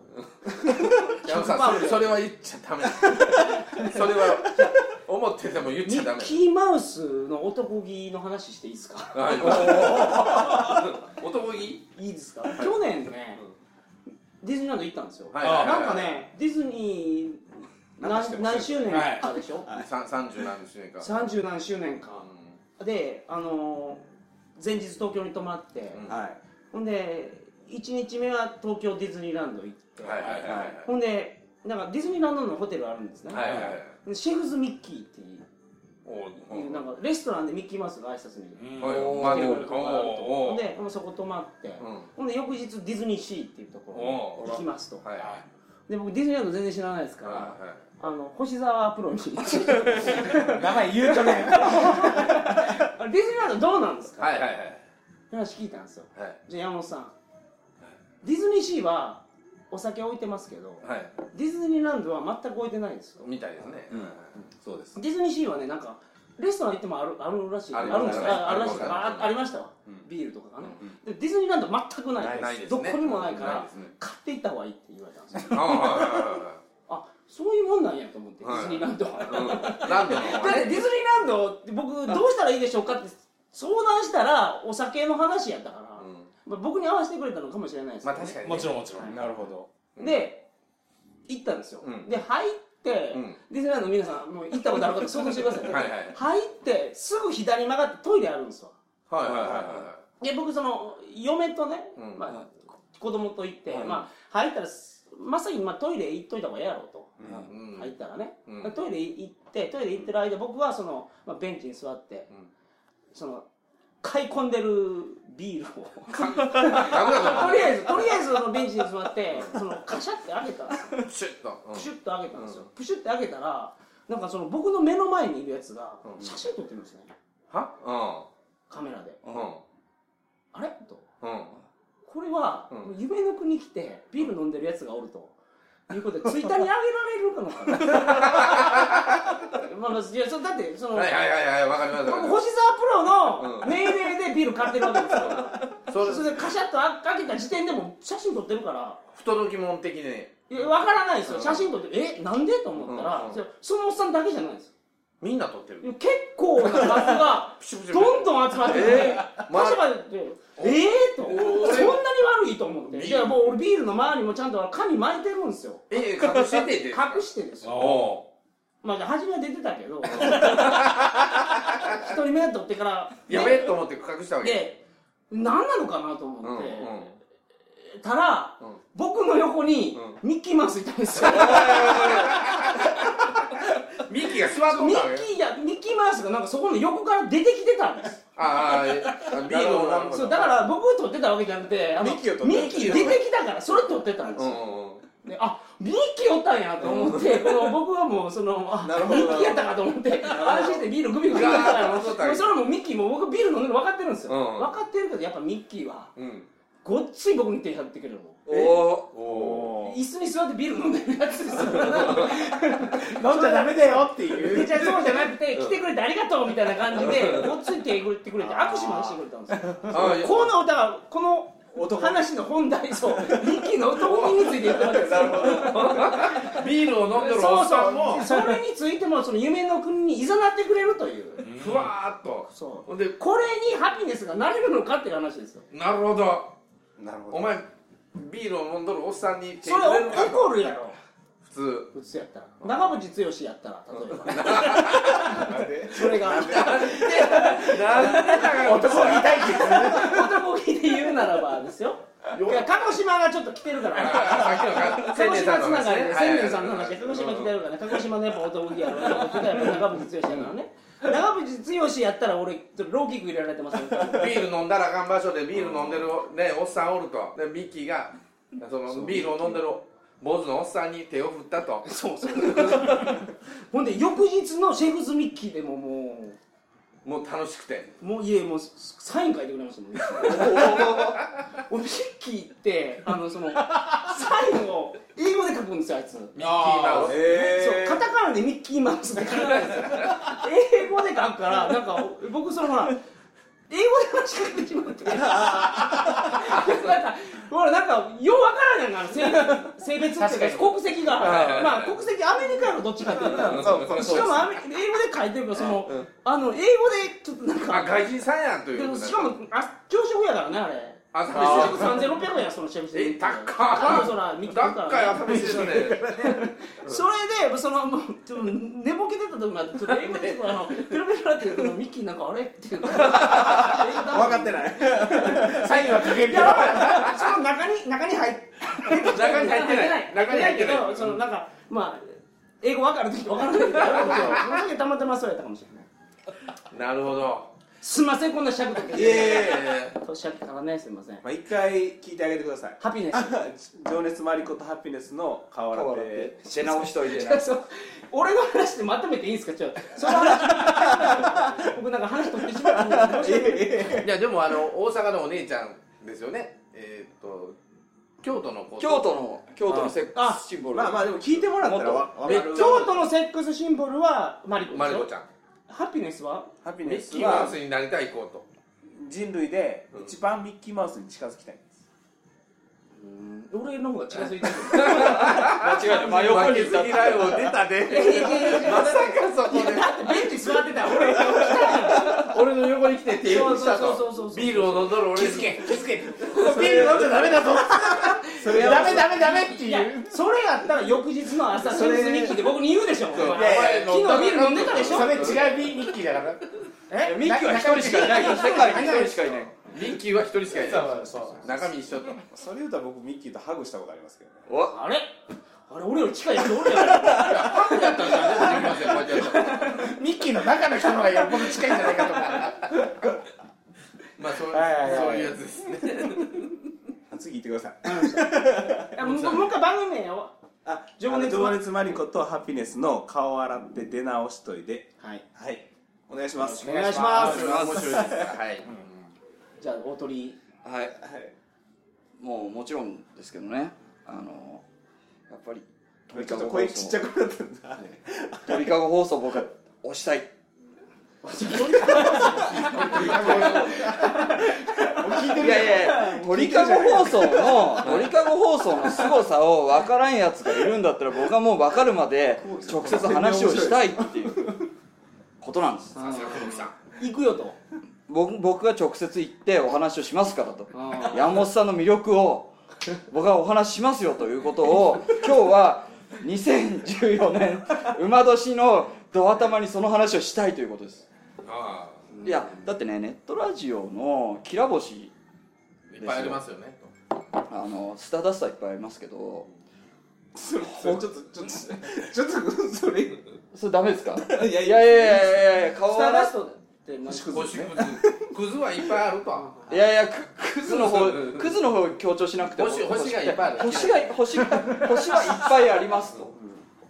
Speaker 2: 山本さんそれそれは言っちゃダメそれは思ってても言っ
Speaker 1: ミ
Speaker 2: ちゃダ
Speaker 1: ッ
Speaker 2: メ
Speaker 1: キーマウスの男気の話していいですか
Speaker 2: はい男気
Speaker 1: いいですか去年ねディズニーランド行ったんですよ
Speaker 2: はい
Speaker 3: あ
Speaker 1: なんかねディズニー
Speaker 6: なんかして
Speaker 1: 何
Speaker 6: ま
Speaker 1: 何
Speaker 6: した
Speaker 1: 周
Speaker 6: よ
Speaker 1: 年かでしょ、
Speaker 2: 三三十何周年か
Speaker 1: 三十何周年か、であのー前日東京に泊まって、
Speaker 2: うん
Speaker 6: はい
Speaker 1: ほんで1日目は東京ディズニーランド行って、
Speaker 2: はいはいはいはい
Speaker 1: ほんでなんかディズニーランドのホテルあるんですね、
Speaker 2: はいはいはい
Speaker 1: でシェフズ・ミッキーっていう
Speaker 2: おー
Speaker 1: いうなんかレストランでミッキーマウスが挨拶に
Speaker 2: はい
Speaker 4: おー
Speaker 2: まあでも
Speaker 1: 来てくれるとこがあると
Speaker 2: おーおー
Speaker 1: でもうそこ泊まって、
Speaker 2: ん
Speaker 1: ほんで翌日ディズニーシーっていうところに行きますと、
Speaker 2: はいは
Speaker 1: で僕ディズニーランド全然知らないですから、
Speaker 2: いはい
Speaker 1: あの星沢プロに *laughs* ディズニ
Speaker 7: 名前言うとね
Speaker 1: ーランドどうなんですか、
Speaker 2: はいはいはい
Speaker 1: 話聞いたんですよ
Speaker 2: はい
Speaker 1: じゃあ山本さんディズニーシーはお酒置いてますけど、
Speaker 2: はい
Speaker 1: ディズニーランドは全く置いてないんですよ
Speaker 2: みたいですね
Speaker 8: そうです
Speaker 1: ディズニーシーはねなんかレストラン行ってもあるあるらしい
Speaker 2: あり
Speaker 1: あるんですかあ
Speaker 2: あ
Speaker 1: る
Speaker 2: り
Speaker 1: ら
Speaker 2: ま
Speaker 1: しい
Speaker 2: すね
Speaker 1: ああありましたわ、ビールとかがね、でディズニーランド全くないです
Speaker 2: ないですね
Speaker 1: どこにもないから
Speaker 2: ないですね
Speaker 1: 買っていった方がいいって言われたんですよ
Speaker 2: あーはい
Speaker 1: あそういうもんなんやと思って、
Speaker 2: は
Speaker 1: ディズ
Speaker 2: い
Speaker 1: ニーランドは、だ
Speaker 2: はいはいうんランドの方
Speaker 1: って
Speaker 2: ね
Speaker 1: ディズニーランドって僕どうしたらいいでしょうかって相談したらお酒の話やったから、
Speaker 2: うん
Speaker 1: まあ、僕に合わせてくれたのかもしれないですけ
Speaker 2: まあ
Speaker 1: ど
Speaker 2: 確かにね
Speaker 5: もちろんもちろん
Speaker 7: なるほど
Speaker 1: で行ったんですよ、
Speaker 2: うん
Speaker 1: で入って、
Speaker 2: うん
Speaker 1: ディズニーランドの皆さんもう行ったことある方想像してくださいね
Speaker 2: はいはい
Speaker 1: 入ってすぐ左に曲がってトイレあるんですよ
Speaker 2: はいはいはいはい
Speaker 1: で僕その嫁とね、
Speaker 2: うん
Speaker 1: まあ、子供と行って、
Speaker 2: はい
Speaker 1: まあ、入ったらすまさにまあトイレ行っといた方がええやろうと、
Speaker 2: うん
Speaker 1: 入ったらね、
Speaker 2: うん
Speaker 1: トイレ行ってトイレ行ってる間僕はその、まあ、ベンチに座って、
Speaker 2: ん
Speaker 1: その買い込んでるビール
Speaker 2: *laughs*
Speaker 1: を
Speaker 2: ダメだと思う
Speaker 1: とりあえずとりあえずそのベンチに座ってそのカシャって開けたんですよ
Speaker 2: シュッとうん
Speaker 1: プシュッと上げたんですよ、プシュッと上げたらなんかその僕の目の前にいるやつが
Speaker 2: うん
Speaker 1: 写真撮ってるんですね
Speaker 2: は
Speaker 1: カメラで
Speaker 2: うんうん
Speaker 1: あれと
Speaker 2: うん
Speaker 1: これは
Speaker 2: うん
Speaker 1: 夢の国来てビール飲んでるやつがおると
Speaker 2: *laughs*
Speaker 1: いうことでツイッターに上げられるかなまあまあいやそだってその、
Speaker 2: はいはいはいはいわかりますわ
Speaker 1: 僕
Speaker 2: かりま
Speaker 1: 星沢プロの命令でビール買ってるわけですよ、
Speaker 2: すそれ
Speaker 1: それでカシャッと開けた時点でもう写真撮ってるから
Speaker 2: 不届き者的に
Speaker 1: いやわからないですよ
Speaker 2: うん
Speaker 1: 写真撮ってえなんでと思ったら、
Speaker 2: うん
Speaker 1: それそのおっさんだけじゃないですよ
Speaker 2: みんな撮ってる
Speaker 1: 結構な数が
Speaker 2: プシュプシュプシュ
Speaker 1: どんどん集まってきて、
Speaker 2: えー
Speaker 1: ま場でええー、とそんなに悪いと思っていやもう俺ビールの周りもちゃんと紙巻いてるんですよ
Speaker 2: え隠しててですか
Speaker 1: 隠してですよ
Speaker 2: おう
Speaker 1: まあ初めは出てたけど一人目取ってから
Speaker 2: やべえと思って隠したわけ
Speaker 1: で何なのかなと
Speaker 2: う
Speaker 1: 思
Speaker 2: ん
Speaker 1: っ
Speaker 2: うん
Speaker 1: て、たら、
Speaker 2: うん
Speaker 1: 僕の横にミッキーマウスいたんですよ、
Speaker 2: ミッキーが座っとっ
Speaker 1: ミ
Speaker 2: たわ
Speaker 1: ッ
Speaker 2: け
Speaker 1: キーやミッキーマウスがなんかそこの横から出てきてたんです
Speaker 2: あーあービールを飲む
Speaker 1: そうだから僕撮ってたわけじゃなくてあの
Speaker 7: ミッキーを撮ってた
Speaker 1: ミッキー出てきたからそれ撮ってたんです
Speaker 2: うん
Speaker 1: よ、
Speaker 2: うんうん
Speaker 1: であミッキーおったんやと思って、この僕はもうそのあ
Speaker 7: なるほ
Speaker 1: ミ
Speaker 7: ど
Speaker 1: ッキーやったかと思って安心してビールグビグビ飲んでたか
Speaker 2: うわ
Speaker 1: ら
Speaker 2: ーそうだったんや
Speaker 1: もうそれもミッキーも僕ビール飲んでるの分かってるんですよ、
Speaker 2: う
Speaker 1: 分
Speaker 2: ん
Speaker 1: かってるけどやっぱミッキーは
Speaker 2: うん
Speaker 1: ごっつい僕に手張ってくれるの
Speaker 2: おお
Speaker 1: 椅子に座ってビール飲んでるやつですよ *laughs*
Speaker 7: 飲んじゃダメだよっていう
Speaker 1: でじゃあそうじゃなくて来てくれてありがとうみたいな感じでごっつい手振ってくれて握手までしてくれたんですよ
Speaker 2: あー
Speaker 1: この歌がこの話の本題 *laughs* そうミッキーの男気について言ってますなるほ
Speaker 2: ビールを飲んでるお
Speaker 1: そう
Speaker 2: っさ
Speaker 1: そ
Speaker 2: んも
Speaker 1: うそれについてもその夢の国にいざなってくれるという
Speaker 2: ふわーっと
Speaker 1: そ
Speaker 2: ほんで
Speaker 1: うこれにハピネスがなれるのかっていう話ですよ
Speaker 2: なるほど
Speaker 8: なるほ
Speaker 2: お前ビールを飲んどるおっさんに手
Speaker 1: それ
Speaker 2: 触れるか
Speaker 1: 起こるやろ
Speaker 2: 普通
Speaker 1: 普通やったら長渕剛やったら例えばそれが
Speaker 7: 男見たいって
Speaker 1: 男気で言うならばですよいや鹿児島がちょっと来てるから
Speaker 2: さっきのか
Speaker 1: 鹿児島つながり
Speaker 2: ね
Speaker 1: で千年さんの話で鹿児島来てるからね鹿児島のやっぱ男気やろ男気やっぱ長渕剛やからね長渕剛やったら俺ローキック入れられてますよ
Speaker 2: ビール飲んだらあかん場所でビール飲んでる、ね、おっさんおるとでミッキーがそのビールを飲んでる坊主のおっさんに手を振ったと
Speaker 1: *laughs* そうそう *laughs* ほんで翌日のシェフズミッキーでもも
Speaker 2: もう楽しくて
Speaker 1: うもういえもうサイン書いてくれましたも *laughs* んおミッキーってあのそのサインを英語で書くんですよあいつそう
Speaker 2: ミッキーマウス
Speaker 1: カタカナでミッキーマウスって書かないんですよ英語で書くから *laughs* なんか僕そのほら英語で話しかけてしまって *laughs* なんかほらなんかようわからんやんか性性別っていうか国籍がまあ国籍アメリカやろどっちかっていうと
Speaker 7: そうそう
Speaker 1: し
Speaker 7: そう
Speaker 1: かもアメ英語で書いてるからその、あの英語でちょっとなんか
Speaker 2: あ外人さんやんとい
Speaker 1: で
Speaker 2: うこ
Speaker 1: も
Speaker 2: とだ
Speaker 1: しかもあ朝食やからねあれ
Speaker 2: 朝
Speaker 1: 朝
Speaker 2: 飯
Speaker 1: 食三千六百円やそのシェフシェ
Speaker 2: え
Speaker 1: フ
Speaker 2: 高っ
Speaker 1: 多分そら見てるから
Speaker 2: だっかい朝飯 *laughs* ですね
Speaker 1: それでそのもうちょっと寝ぼけてた時があってちょっと英語でちょっとあのペロペロになってるけどミッキーなんかあれっていう分
Speaker 7: 分かってないサインはかけるけど
Speaker 1: その中に中に入っ
Speaker 2: 中に入ってな
Speaker 1: 中に入っ
Speaker 2: い中に入ってて
Speaker 1: な
Speaker 2: ないい
Speaker 1: けどそのなんかまあ英語わかる時とわからない時あるんですよその時はたまたまそうやったかもしれない
Speaker 2: なるほど
Speaker 1: すいませんこんな尺取って
Speaker 2: いえ
Speaker 1: 年明けからねすいません
Speaker 8: まあ、一回聞いてあげてください
Speaker 1: ハピネス
Speaker 8: 「情熱マリコとハピネスの河原で
Speaker 4: 出直しといて
Speaker 1: そう俺の話でまとめていいんですかちょっとその話僕なんか話取ってしまったんでどうしたらいいの
Speaker 2: いやでもあの大阪のお姉ちゃんですよねえーっと京都の子
Speaker 4: 京都の京都のセックスシンボル
Speaker 8: まあまあでも聞いてもらったらわわか
Speaker 2: めっ
Speaker 8: る
Speaker 1: 京都のセックスシンボルはマリコで
Speaker 2: マ
Speaker 1: し
Speaker 2: リコ
Speaker 1: ょ
Speaker 2: ちゃん
Speaker 1: ハピネスは
Speaker 8: ハピ
Speaker 2: ミ
Speaker 8: ネ
Speaker 2: ッ
Speaker 8: ス
Speaker 2: キーマウ
Speaker 8: は
Speaker 2: スになりたい子と *laughs*
Speaker 8: 人類で一番ミッキーマウスに近づきたいんです、
Speaker 1: 俺の方が近づいてる
Speaker 4: 間違えた真横
Speaker 2: 負
Speaker 4: に
Speaker 2: け
Speaker 4: い
Speaker 2: ず
Speaker 4: た
Speaker 2: 嫌いを出たでまさかそこで
Speaker 1: ベンチ座ってた俺
Speaker 2: 俺の横に来てテーブルした
Speaker 1: そうそうそうそうそう
Speaker 2: とビールを飲んどる俺に
Speaker 1: 気づけ
Speaker 2: ビール飲んじゃダメだぞ
Speaker 7: ダメダメダメって
Speaker 1: い
Speaker 7: い
Speaker 1: や
Speaker 7: う
Speaker 1: それやったら翌日の朝
Speaker 7: それ
Speaker 1: 先日ミッキーで僕に言うでしょお前
Speaker 2: そう
Speaker 1: 昨日ビール飲んでたでしょ
Speaker 7: それ違うミミッキーだからえ
Speaker 4: ミッキーは一人しかいない世界に一人しかいない
Speaker 2: ミッキーは一人しかい
Speaker 7: そ
Speaker 2: な
Speaker 7: うそう
Speaker 2: い中身一緒と
Speaker 8: それ言うたら僕ミッキーとハグしたことありますけどね
Speaker 1: あれあれ俺より近いやつ俺や
Speaker 2: ハグだったんじゃねすいませんこうやってやったら
Speaker 7: ミッキーの中の人の方がよっぽど近いんじゃないかとか
Speaker 2: まあそう
Speaker 7: はいはいはい
Speaker 2: そういうやつですね
Speaker 8: あ次行ってください
Speaker 1: いやもう一回もう一回番組名よ
Speaker 8: あ
Speaker 1: 情
Speaker 8: 情
Speaker 1: 熱
Speaker 8: 熱情熱マリコとハピネスの顔洗って出直しといで
Speaker 1: はい
Speaker 8: はいお願いします
Speaker 1: お願いします
Speaker 2: それは面白いですはい
Speaker 1: じゃあ大鳥
Speaker 4: はい、もうもちろんですけどねあのやっぱり鳥
Speaker 8: ちょ
Speaker 4: か
Speaker 8: っ
Speaker 4: ご
Speaker 8: と
Speaker 4: 放
Speaker 8: 声ちっちゃ
Speaker 4: 送
Speaker 8: くなったんだ
Speaker 4: 鳥かご放送僕は押したいいやいやいや鳥かご放送の鳥かご放送の凄さを分からんやつがいるんだったら僕はもう分かるまで直接話をしたいっていうことなんです
Speaker 1: 行くよと
Speaker 4: 僕僕が直接行ってお話をしますからと山本さんの魅力を僕はお話ししますよということを今日は2014年馬年のド頭にその話をしたいということです
Speaker 2: あ
Speaker 4: いやだってねネットラジオのきらぼし
Speaker 2: あいっぱいありますよね
Speaker 4: あのスターダスターいっぱいありますけど
Speaker 8: それそれちょっとちょっとちょっとそれ
Speaker 4: それダメですかい
Speaker 8: いや
Speaker 4: やいやいやいやいや顔
Speaker 1: スター
Speaker 4: 洗
Speaker 1: ダ
Speaker 4: っ
Speaker 1: ストって何
Speaker 2: と腰くずくずはいっぱいあると
Speaker 4: いやいやククズの方クズの方強調しなくても
Speaker 2: 星星がいっぱいある
Speaker 4: 星が星が星はいっぱいありますと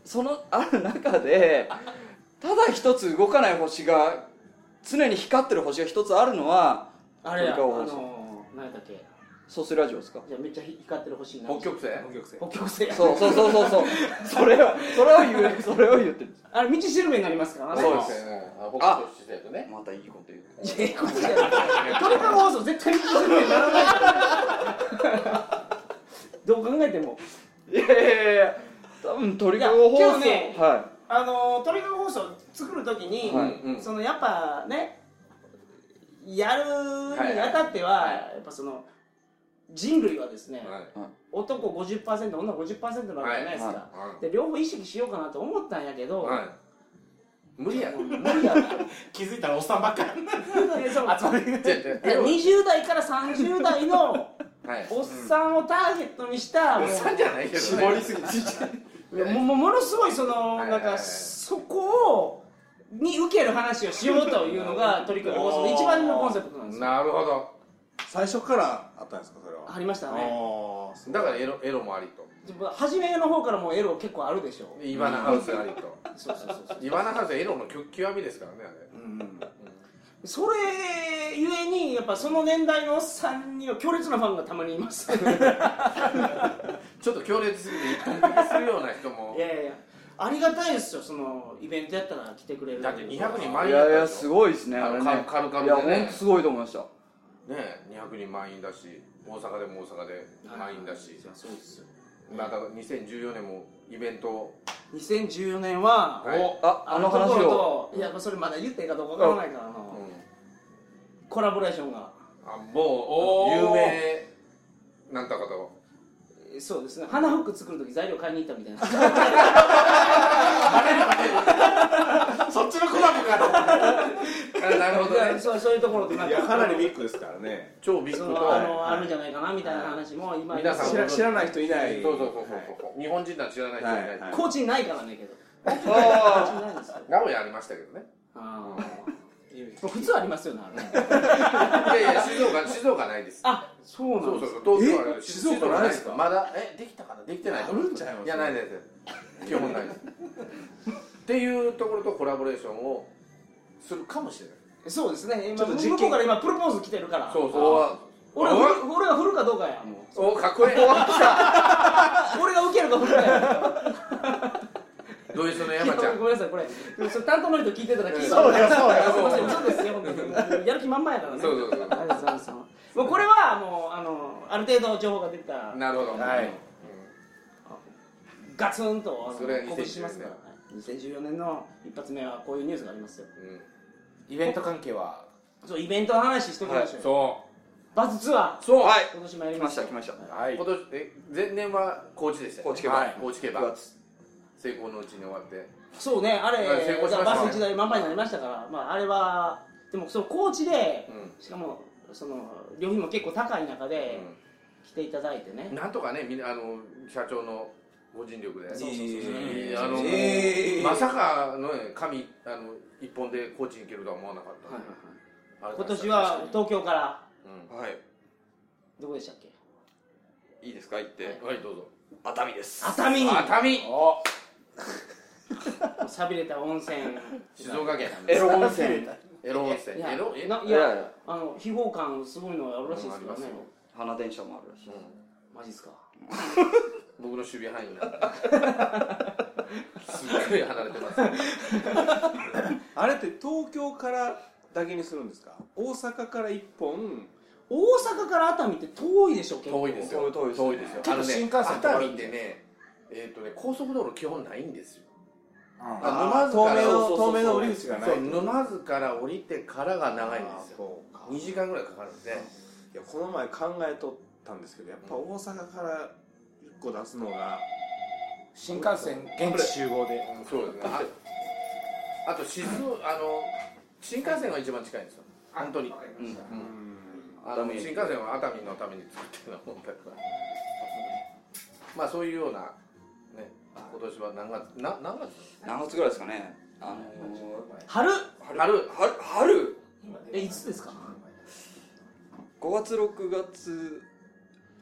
Speaker 4: そのある中でただ一つ動かない星が常に光ってる星が一つあるのは
Speaker 1: あれやあ
Speaker 4: 鳥かご放送
Speaker 1: のー何やったっけ
Speaker 4: ソースラジオですか
Speaker 1: じゃあめっちゃ光ってる星にな
Speaker 2: 北極星
Speaker 1: 北極星や
Speaker 4: そうそうそうそうそうそれをそれを言うそれを言ってるんです
Speaker 1: あれ道しるべになりますからね
Speaker 2: そうですねあ北極星とね
Speaker 4: またいいこと言う
Speaker 1: ええことじゃない鳥かご放送絶対道しるべにならないどう考えても
Speaker 4: いやいやいや多分鳥かご放
Speaker 1: いや
Speaker 4: 送
Speaker 1: けどね
Speaker 4: は
Speaker 1: あのトリガー放送作るときに、
Speaker 4: はい
Speaker 2: うん
Speaker 1: そのやっぱねやるにあたっては、
Speaker 2: はいはい
Speaker 1: やっぱその人類はですね、
Speaker 2: はい
Speaker 1: 男50%女50%なわけじゃないですか、
Speaker 4: はいは
Speaker 1: で両方意識しようかなと思ったんやけど、
Speaker 2: はい *laughs* 無理や
Speaker 1: もう無理やろ
Speaker 7: 気づいたらおっさんばっか
Speaker 1: でその
Speaker 2: は
Speaker 1: 20代から30代の
Speaker 2: い
Speaker 1: おっさんをターゲットにした、
Speaker 2: おっさんじゃないけど絞りすぎ
Speaker 1: もうもうもうものすごいその、
Speaker 2: は
Speaker 1: な
Speaker 2: いは
Speaker 1: ん
Speaker 2: いはい
Speaker 1: かそこをに受ける話をしようというのがトリック放送の一番のコンセプトなんですよ
Speaker 2: なるほど
Speaker 8: 最初からあったんですかそれは
Speaker 1: ありましたね
Speaker 8: あ
Speaker 2: だからエロエロもありと
Speaker 1: でも初めの方からもうエロ結構あるでしょ
Speaker 2: イバナハウスあり *laughs* と
Speaker 1: そうそうそうそう
Speaker 2: イバナハウスはエロの極極みですからねあれ
Speaker 1: それゆえにやっぱその年代のおっさんには強烈なファンがたまにいます
Speaker 2: ちょっと強烈すぎて一本引きするような人も
Speaker 1: *laughs* いやいやいやありがたいですよそのイベントやったら来てくれる
Speaker 2: だって200人
Speaker 4: い
Speaker 2: 満
Speaker 4: い
Speaker 2: 員だっ
Speaker 4: やい
Speaker 2: た
Speaker 4: や
Speaker 2: ですしょ
Speaker 4: ごいですねあれね
Speaker 2: あのカルカル
Speaker 4: い
Speaker 2: カ
Speaker 4: や
Speaker 2: ルでね
Speaker 4: 本当すごいと思いました
Speaker 2: ねえ200人満員だし大阪でも大阪で満員だし
Speaker 1: そうですよ
Speaker 2: また2014年もイベントを
Speaker 1: 2014年は、
Speaker 2: はい
Speaker 4: ああの話
Speaker 1: ところ
Speaker 4: を
Speaker 1: といやそれまだ言っていいかどうかわからないからな、コラボレーションが
Speaker 2: あもう有
Speaker 5: おー
Speaker 2: 名なんとかと
Speaker 1: えそうですね花フック作る時材料買いに行ったみたいな
Speaker 7: そっちのコラボかな
Speaker 2: あなるほ
Speaker 1: い
Speaker 2: ど
Speaker 1: や
Speaker 2: ね
Speaker 1: そうそういうところとなん
Speaker 8: いや
Speaker 1: か
Speaker 8: かなりビッグですからね
Speaker 2: *laughs* 超ビッ
Speaker 1: そ
Speaker 2: グ
Speaker 1: のあ
Speaker 2: と
Speaker 1: のあるんじゃないかなみたいな話も今
Speaker 2: 皆さん
Speaker 8: 知ら知らない人いない
Speaker 2: そうそうそうそうそう日本人なんて知らない人いない
Speaker 8: はい
Speaker 1: コーチないからねけどコー
Speaker 4: あ
Speaker 1: チないんですよ
Speaker 2: 名古屋ありましたけどね
Speaker 1: あーいやいや普通ありますよねあれ
Speaker 2: いやいや静岡静岡ないです
Speaker 1: あそうな
Speaker 2: そ
Speaker 1: ん
Speaker 2: う
Speaker 1: で
Speaker 2: そう
Speaker 1: す
Speaker 2: そう東京はある
Speaker 8: え静岡ないですか
Speaker 2: まだえできたかなできてない
Speaker 8: あるんちゃいます
Speaker 2: いやないです基本ないですっていうところとコラボレーションをするかもしれない
Speaker 1: そうですね今
Speaker 8: ちょっと実験
Speaker 1: 向こうから今プロポーズ来てるから
Speaker 2: そうそう
Speaker 1: 俺は振る俺が振るかどうかやもう
Speaker 2: おかっ *laughs* こいい
Speaker 1: 俺が受けるか振るかや
Speaker 2: ドイツの山ちゃ
Speaker 1: *laughs*
Speaker 2: ん
Speaker 1: ごめんなさいこれでもそれ担当の人聞いてたら聞いた
Speaker 7: そうよそうよ
Speaker 1: *laughs* すいません嘘ですよ本当にやる気満々やからね
Speaker 2: そうそうそう
Speaker 1: ありがとうございますもうこれはもうあのある程度情報が出たら
Speaker 2: なるほど、
Speaker 7: はい
Speaker 1: ガツンとあの
Speaker 2: それは2014
Speaker 1: 告知しますから、はい、2014年の一発目はこういうニュースがありますよ
Speaker 2: うん
Speaker 7: イベント関係は
Speaker 1: そうイベントの話しておきましょうよ、
Speaker 2: そ
Speaker 1: バズツアー
Speaker 4: ーそうはい
Speaker 1: 今年もやり
Speaker 4: 来
Speaker 1: ま
Speaker 4: ま
Speaker 1: し
Speaker 4: したた来ました
Speaker 7: は
Speaker 2: う
Speaker 7: い
Speaker 2: 今年え前年は高知でしたよ
Speaker 4: 高知競馬
Speaker 2: はい高知競
Speaker 4: 9
Speaker 2: 馬
Speaker 4: 月
Speaker 2: 成功のうちに終わって
Speaker 1: そうねあれ
Speaker 2: はい成功しましたね
Speaker 1: バス一台満杯になりましたから、まあ、あれはでもその高知で、
Speaker 2: う
Speaker 1: しかもその料金も結構高い中で来ていただいてね、
Speaker 2: なんとかねみんなあの社長のご尽力で
Speaker 1: そうそうそう
Speaker 2: えーあのまさかのね神あの一本で高知に行けるとは思わなかった、
Speaker 1: はいはい
Speaker 2: あれ
Speaker 1: 今年は東京から
Speaker 2: う
Speaker 4: は
Speaker 1: どこでしたっけ
Speaker 4: いいいですか行って
Speaker 2: んはいどうぞ
Speaker 4: 熱海です
Speaker 1: 熱海に
Speaker 2: 熱海
Speaker 1: さびれた温泉
Speaker 2: 静岡県
Speaker 4: エロ温泉
Speaker 2: エロ温泉
Speaker 1: いや
Speaker 2: エロえ
Speaker 1: ない
Speaker 4: いやい
Speaker 1: や
Speaker 4: や
Speaker 1: あの非合感すごいのがあるらしいですけどね
Speaker 2: うんありま
Speaker 4: 花電車もあるらしい
Speaker 1: マジっすか
Speaker 2: 僕の守備範囲になってすっごい離れてます
Speaker 8: あれって東京からだけにするんですか大阪から一本
Speaker 1: 大阪から熱海って遠いでしょ結構
Speaker 2: 遠いですよ
Speaker 4: 遠いですね
Speaker 2: 遠いですよ
Speaker 7: 結構
Speaker 2: あのね
Speaker 7: 新幹線と
Speaker 2: 熱
Speaker 7: かある
Speaker 2: 海っ
Speaker 7: んで
Speaker 2: てねえっとね高速道路基本ないんですよ
Speaker 8: あ
Speaker 2: あ
Speaker 8: 透
Speaker 2: 沼津か
Speaker 8: 明
Speaker 2: ら
Speaker 8: の透明の売り口がない
Speaker 2: そう沼津から降りてからが長いんですよ
Speaker 8: そうか
Speaker 2: 2時間ぐらいかかるんで
Speaker 8: いやこの前考えとったんですけどやっぱ大阪から1個出すのが
Speaker 7: 新幹線現地集合で
Speaker 2: そうですねああと静岡あの新幹線が一番近いんですよ本当にあの
Speaker 4: 熱海
Speaker 2: 新幹線は熱海のために作ってるようなもん
Speaker 4: *laughs*
Speaker 2: だからまあそういうようなね今年は何月な何月
Speaker 4: 何月ぐらいですかねあの
Speaker 1: 春
Speaker 2: 春
Speaker 4: ー、春春
Speaker 1: えいつですか
Speaker 4: 5月6月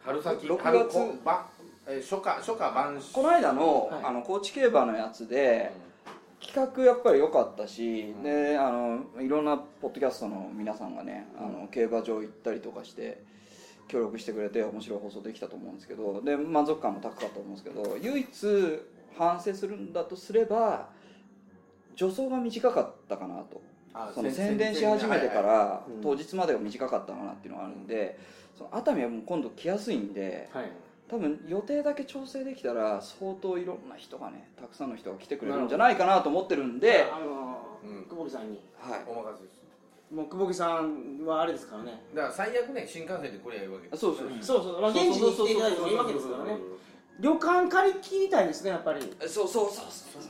Speaker 2: 春先
Speaker 4: ろく
Speaker 2: 春
Speaker 4: 六
Speaker 2: こ
Speaker 4: 月
Speaker 2: ばえー初夏初夏晩秋
Speaker 4: この間の,、
Speaker 1: はい
Speaker 4: あの高知競馬のやつで、企画やっぱり良かったし、
Speaker 2: ん
Speaker 4: であのいろんなポッドキャストの皆さんがね、あの競馬場行ったりとかして協力してくれて面白い放送できたと思うんですけどで満足感も高かったと思うんですけど唯一反省するんだとすれば助走が短かったかなと。
Speaker 2: あ
Speaker 4: その
Speaker 2: せ
Speaker 4: 宣伝し始めてか
Speaker 2: はいはい
Speaker 4: ら
Speaker 1: いうん
Speaker 4: 当日までが短かったかなっていうのがあるんで、その熱海はもう今度来やすいんで、
Speaker 1: はい
Speaker 4: 多分予定だけ調整できたら相当いろんな人がねたくさんの人が来てくれるんじゃないかなと思ってるんで、
Speaker 1: あのー
Speaker 2: うん
Speaker 1: 久保木さんに
Speaker 4: はい、
Speaker 2: お任せです
Speaker 1: もう久保木さんはあれですからね
Speaker 2: だから最悪ね新幹線で来りゃいいわけです
Speaker 4: そうそう
Speaker 1: そうそうまあ現地に来ていただいてもいいわけですからね旅館借り切りたいですねやっぱり
Speaker 4: そうそうそうそう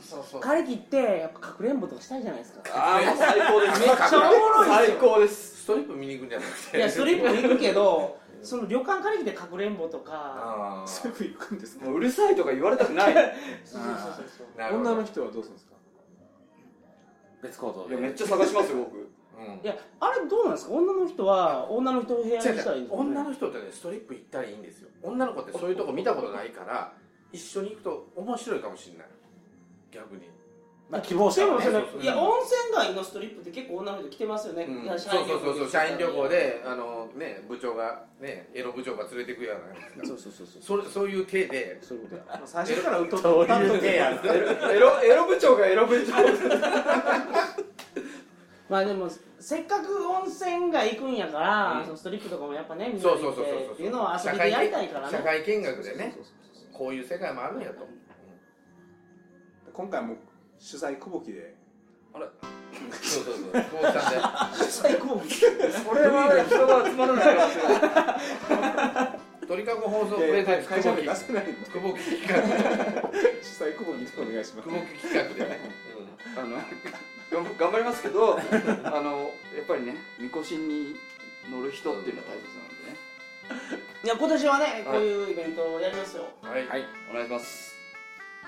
Speaker 2: そうそう
Speaker 1: 借り切ってやっぱかくれんぼとかしたいじゃないですか
Speaker 4: ああもう最高で
Speaker 1: め
Speaker 4: す
Speaker 1: っちゃおもろいですよ
Speaker 4: 最高です
Speaker 2: ストリップ見に行くんじゃなくて
Speaker 1: いやスリップ行くけどその旅館借り切ってかくれんぼとか
Speaker 2: あー
Speaker 8: 全部行くんですか
Speaker 4: もううるさいとか言われたくない
Speaker 2: *laughs*
Speaker 4: いや
Speaker 1: そうそうそうそう
Speaker 2: なるほど
Speaker 8: 女の人はどうするんですか
Speaker 3: 別行動
Speaker 4: めっちゃ探しますよ僕
Speaker 2: うん
Speaker 1: いやあれどうなんですか女の人は女の人を部屋に
Speaker 2: 違う
Speaker 1: したらいいん
Speaker 2: 違
Speaker 1: で
Speaker 2: う
Speaker 1: すかね
Speaker 2: 女の人ってねストリップ行ったらいいんですよ女の子ってそういうとこ見たことないから一緒に行くと面白いかもしれない逆に
Speaker 7: まあ希望者
Speaker 1: でも
Speaker 7: は
Speaker 1: そ
Speaker 7: ね
Speaker 1: の
Speaker 2: うん
Speaker 1: いや温泉街のストリップって結構女の人来てますよね、
Speaker 2: うん
Speaker 1: いや社
Speaker 2: そう
Speaker 1: 員
Speaker 2: そ
Speaker 1: 旅
Speaker 2: うそうそう
Speaker 1: 行
Speaker 2: 社員旅行であのね部長がねエロ部長が連れてくやないですか
Speaker 1: そうそうそうそう
Speaker 2: それそういう体で
Speaker 1: そういうことや
Speaker 8: 最初からうとったんでや
Speaker 4: エロエロエロ部長がエロ部長
Speaker 1: まあでもせっかく温泉街行くんやから、
Speaker 2: うん
Speaker 1: そのストリップとかもやっぱねみんな
Speaker 2: そう
Speaker 1: で行
Speaker 2: そ
Speaker 1: っ
Speaker 2: うそう
Speaker 1: て
Speaker 2: そう
Speaker 1: っていうのを遊
Speaker 2: 社
Speaker 1: びで
Speaker 2: 会
Speaker 1: やり
Speaker 2: 見
Speaker 1: たいから
Speaker 2: 社
Speaker 1: ね
Speaker 2: 会見学でねこういう世界もあるんや
Speaker 1: *laughs*
Speaker 2: と
Speaker 8: 今回も取材小ぼきで
Speaker 2: そうそうそうこうしたんで
Speaker 1: 最高
Speaker 4: これは人が集まらないから
Speaker 2: 東鳥かご放送プレゼンツ
Speaker 8: 会
Speaker 2: 久
Speaker 8: 社
Speaker 2: 保
Speaker 8: 名
Speaker 2: 木
Speaker 8: 出せないんで *laughs*
Speaker 2: 久保木企画
Speaker 8: 実際久保木でお願いします
Speaker 2: 久保木企画でね
Speaker 4: あの頑頑張りますけどあのやっぱりねみこしに乗る人っていうのは大切なんでね
Speaker 1: いや今年はねこういうイベントをやりますよ
Speaker 2: はいはい
Speaker 4: お願いします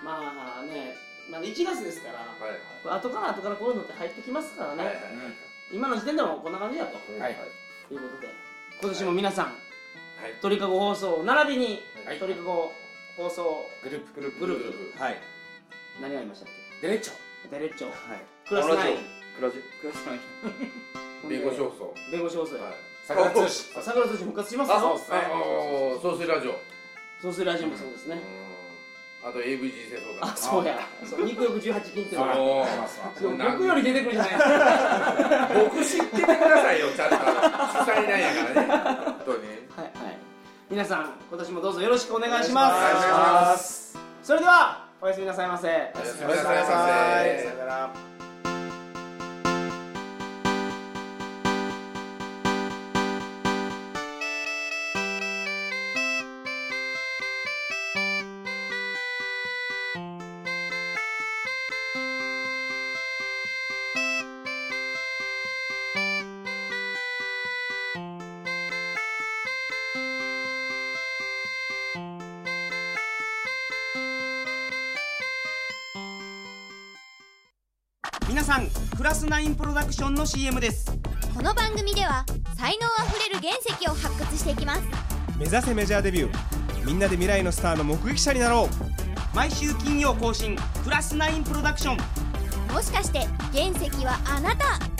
Speaker 1: まあねまあ1月ですから
Speaker 2: は
Speaker 1: 後から後からこういうのって入ってきますから
Speaker 2: いはい
Speaker 1: ね今の時点でもこんな感じだと
Speaker 2: はいはい
Speaker 1: ということで今年も皆さん、鳥かご放送並びに、
Speaker 2: はい
Speaker 1: 鳥かご放送
Speaker 3: グループグループ
Speaker 1: グループ
Speaker 3: はい
Speaker 1: 何がありましたっ
Speaker 3: デレッチョ
Speaker 1: けデレッチョ
Speaker 4: はい
Speaker 1: クラスナイン
Speaker 4: クラジクラスナイン
Speaker 2: *laughs* ビンゴ少曹
Speaker 1: *laughs* 弁護士放送
Speaker 2: はい
Speaker 3: 桜通信
Speaker 1: 桜寿司復活しますよそう
Speaker 2: ああ総水ラジオ
Speaker 1: するラジオもそうですね、
Speaker 2: うんあと AV 人生相
Speaker 1: あ
Speaker 2: 談
Speaker 1: そうやそう肉欲18金ってのが
Speaker 2: お
Speaker 1: そう
Speaker 2: ーなん
Speaker 1: 僕より出てくるじゃないですか
Speaker 2: 僕知っててくださいよちゃんと主催なんやからね本当に
Speaker 1: はいはい皆さん今年もどうぞよろしくお願いします
Speaker 2: お願いします
Speaker 1: それではおやすみなさいませ
Speaker 2: おやすみ
Speaker 7: お
Speaker 2: な
Speaker 7: やすみ
Speaker 2: さい
Speaker 7: な
Speaker 2: ま
Speaker 7: さい
Speaker 2: せ
Speaker 7: さよなら
Speaker 1: 皆さんクラスナインプロダクションの CM です
Speaker 9: この番組では才能あふれる原石を発掘していきます
Speaker 10: 目指せメジャーデビューみんなで未来のスターの目撃者になろう
Speaker 1: 毎週金曜更新クラスナインプロダクション
Speaker 9: もしかして原石はあなた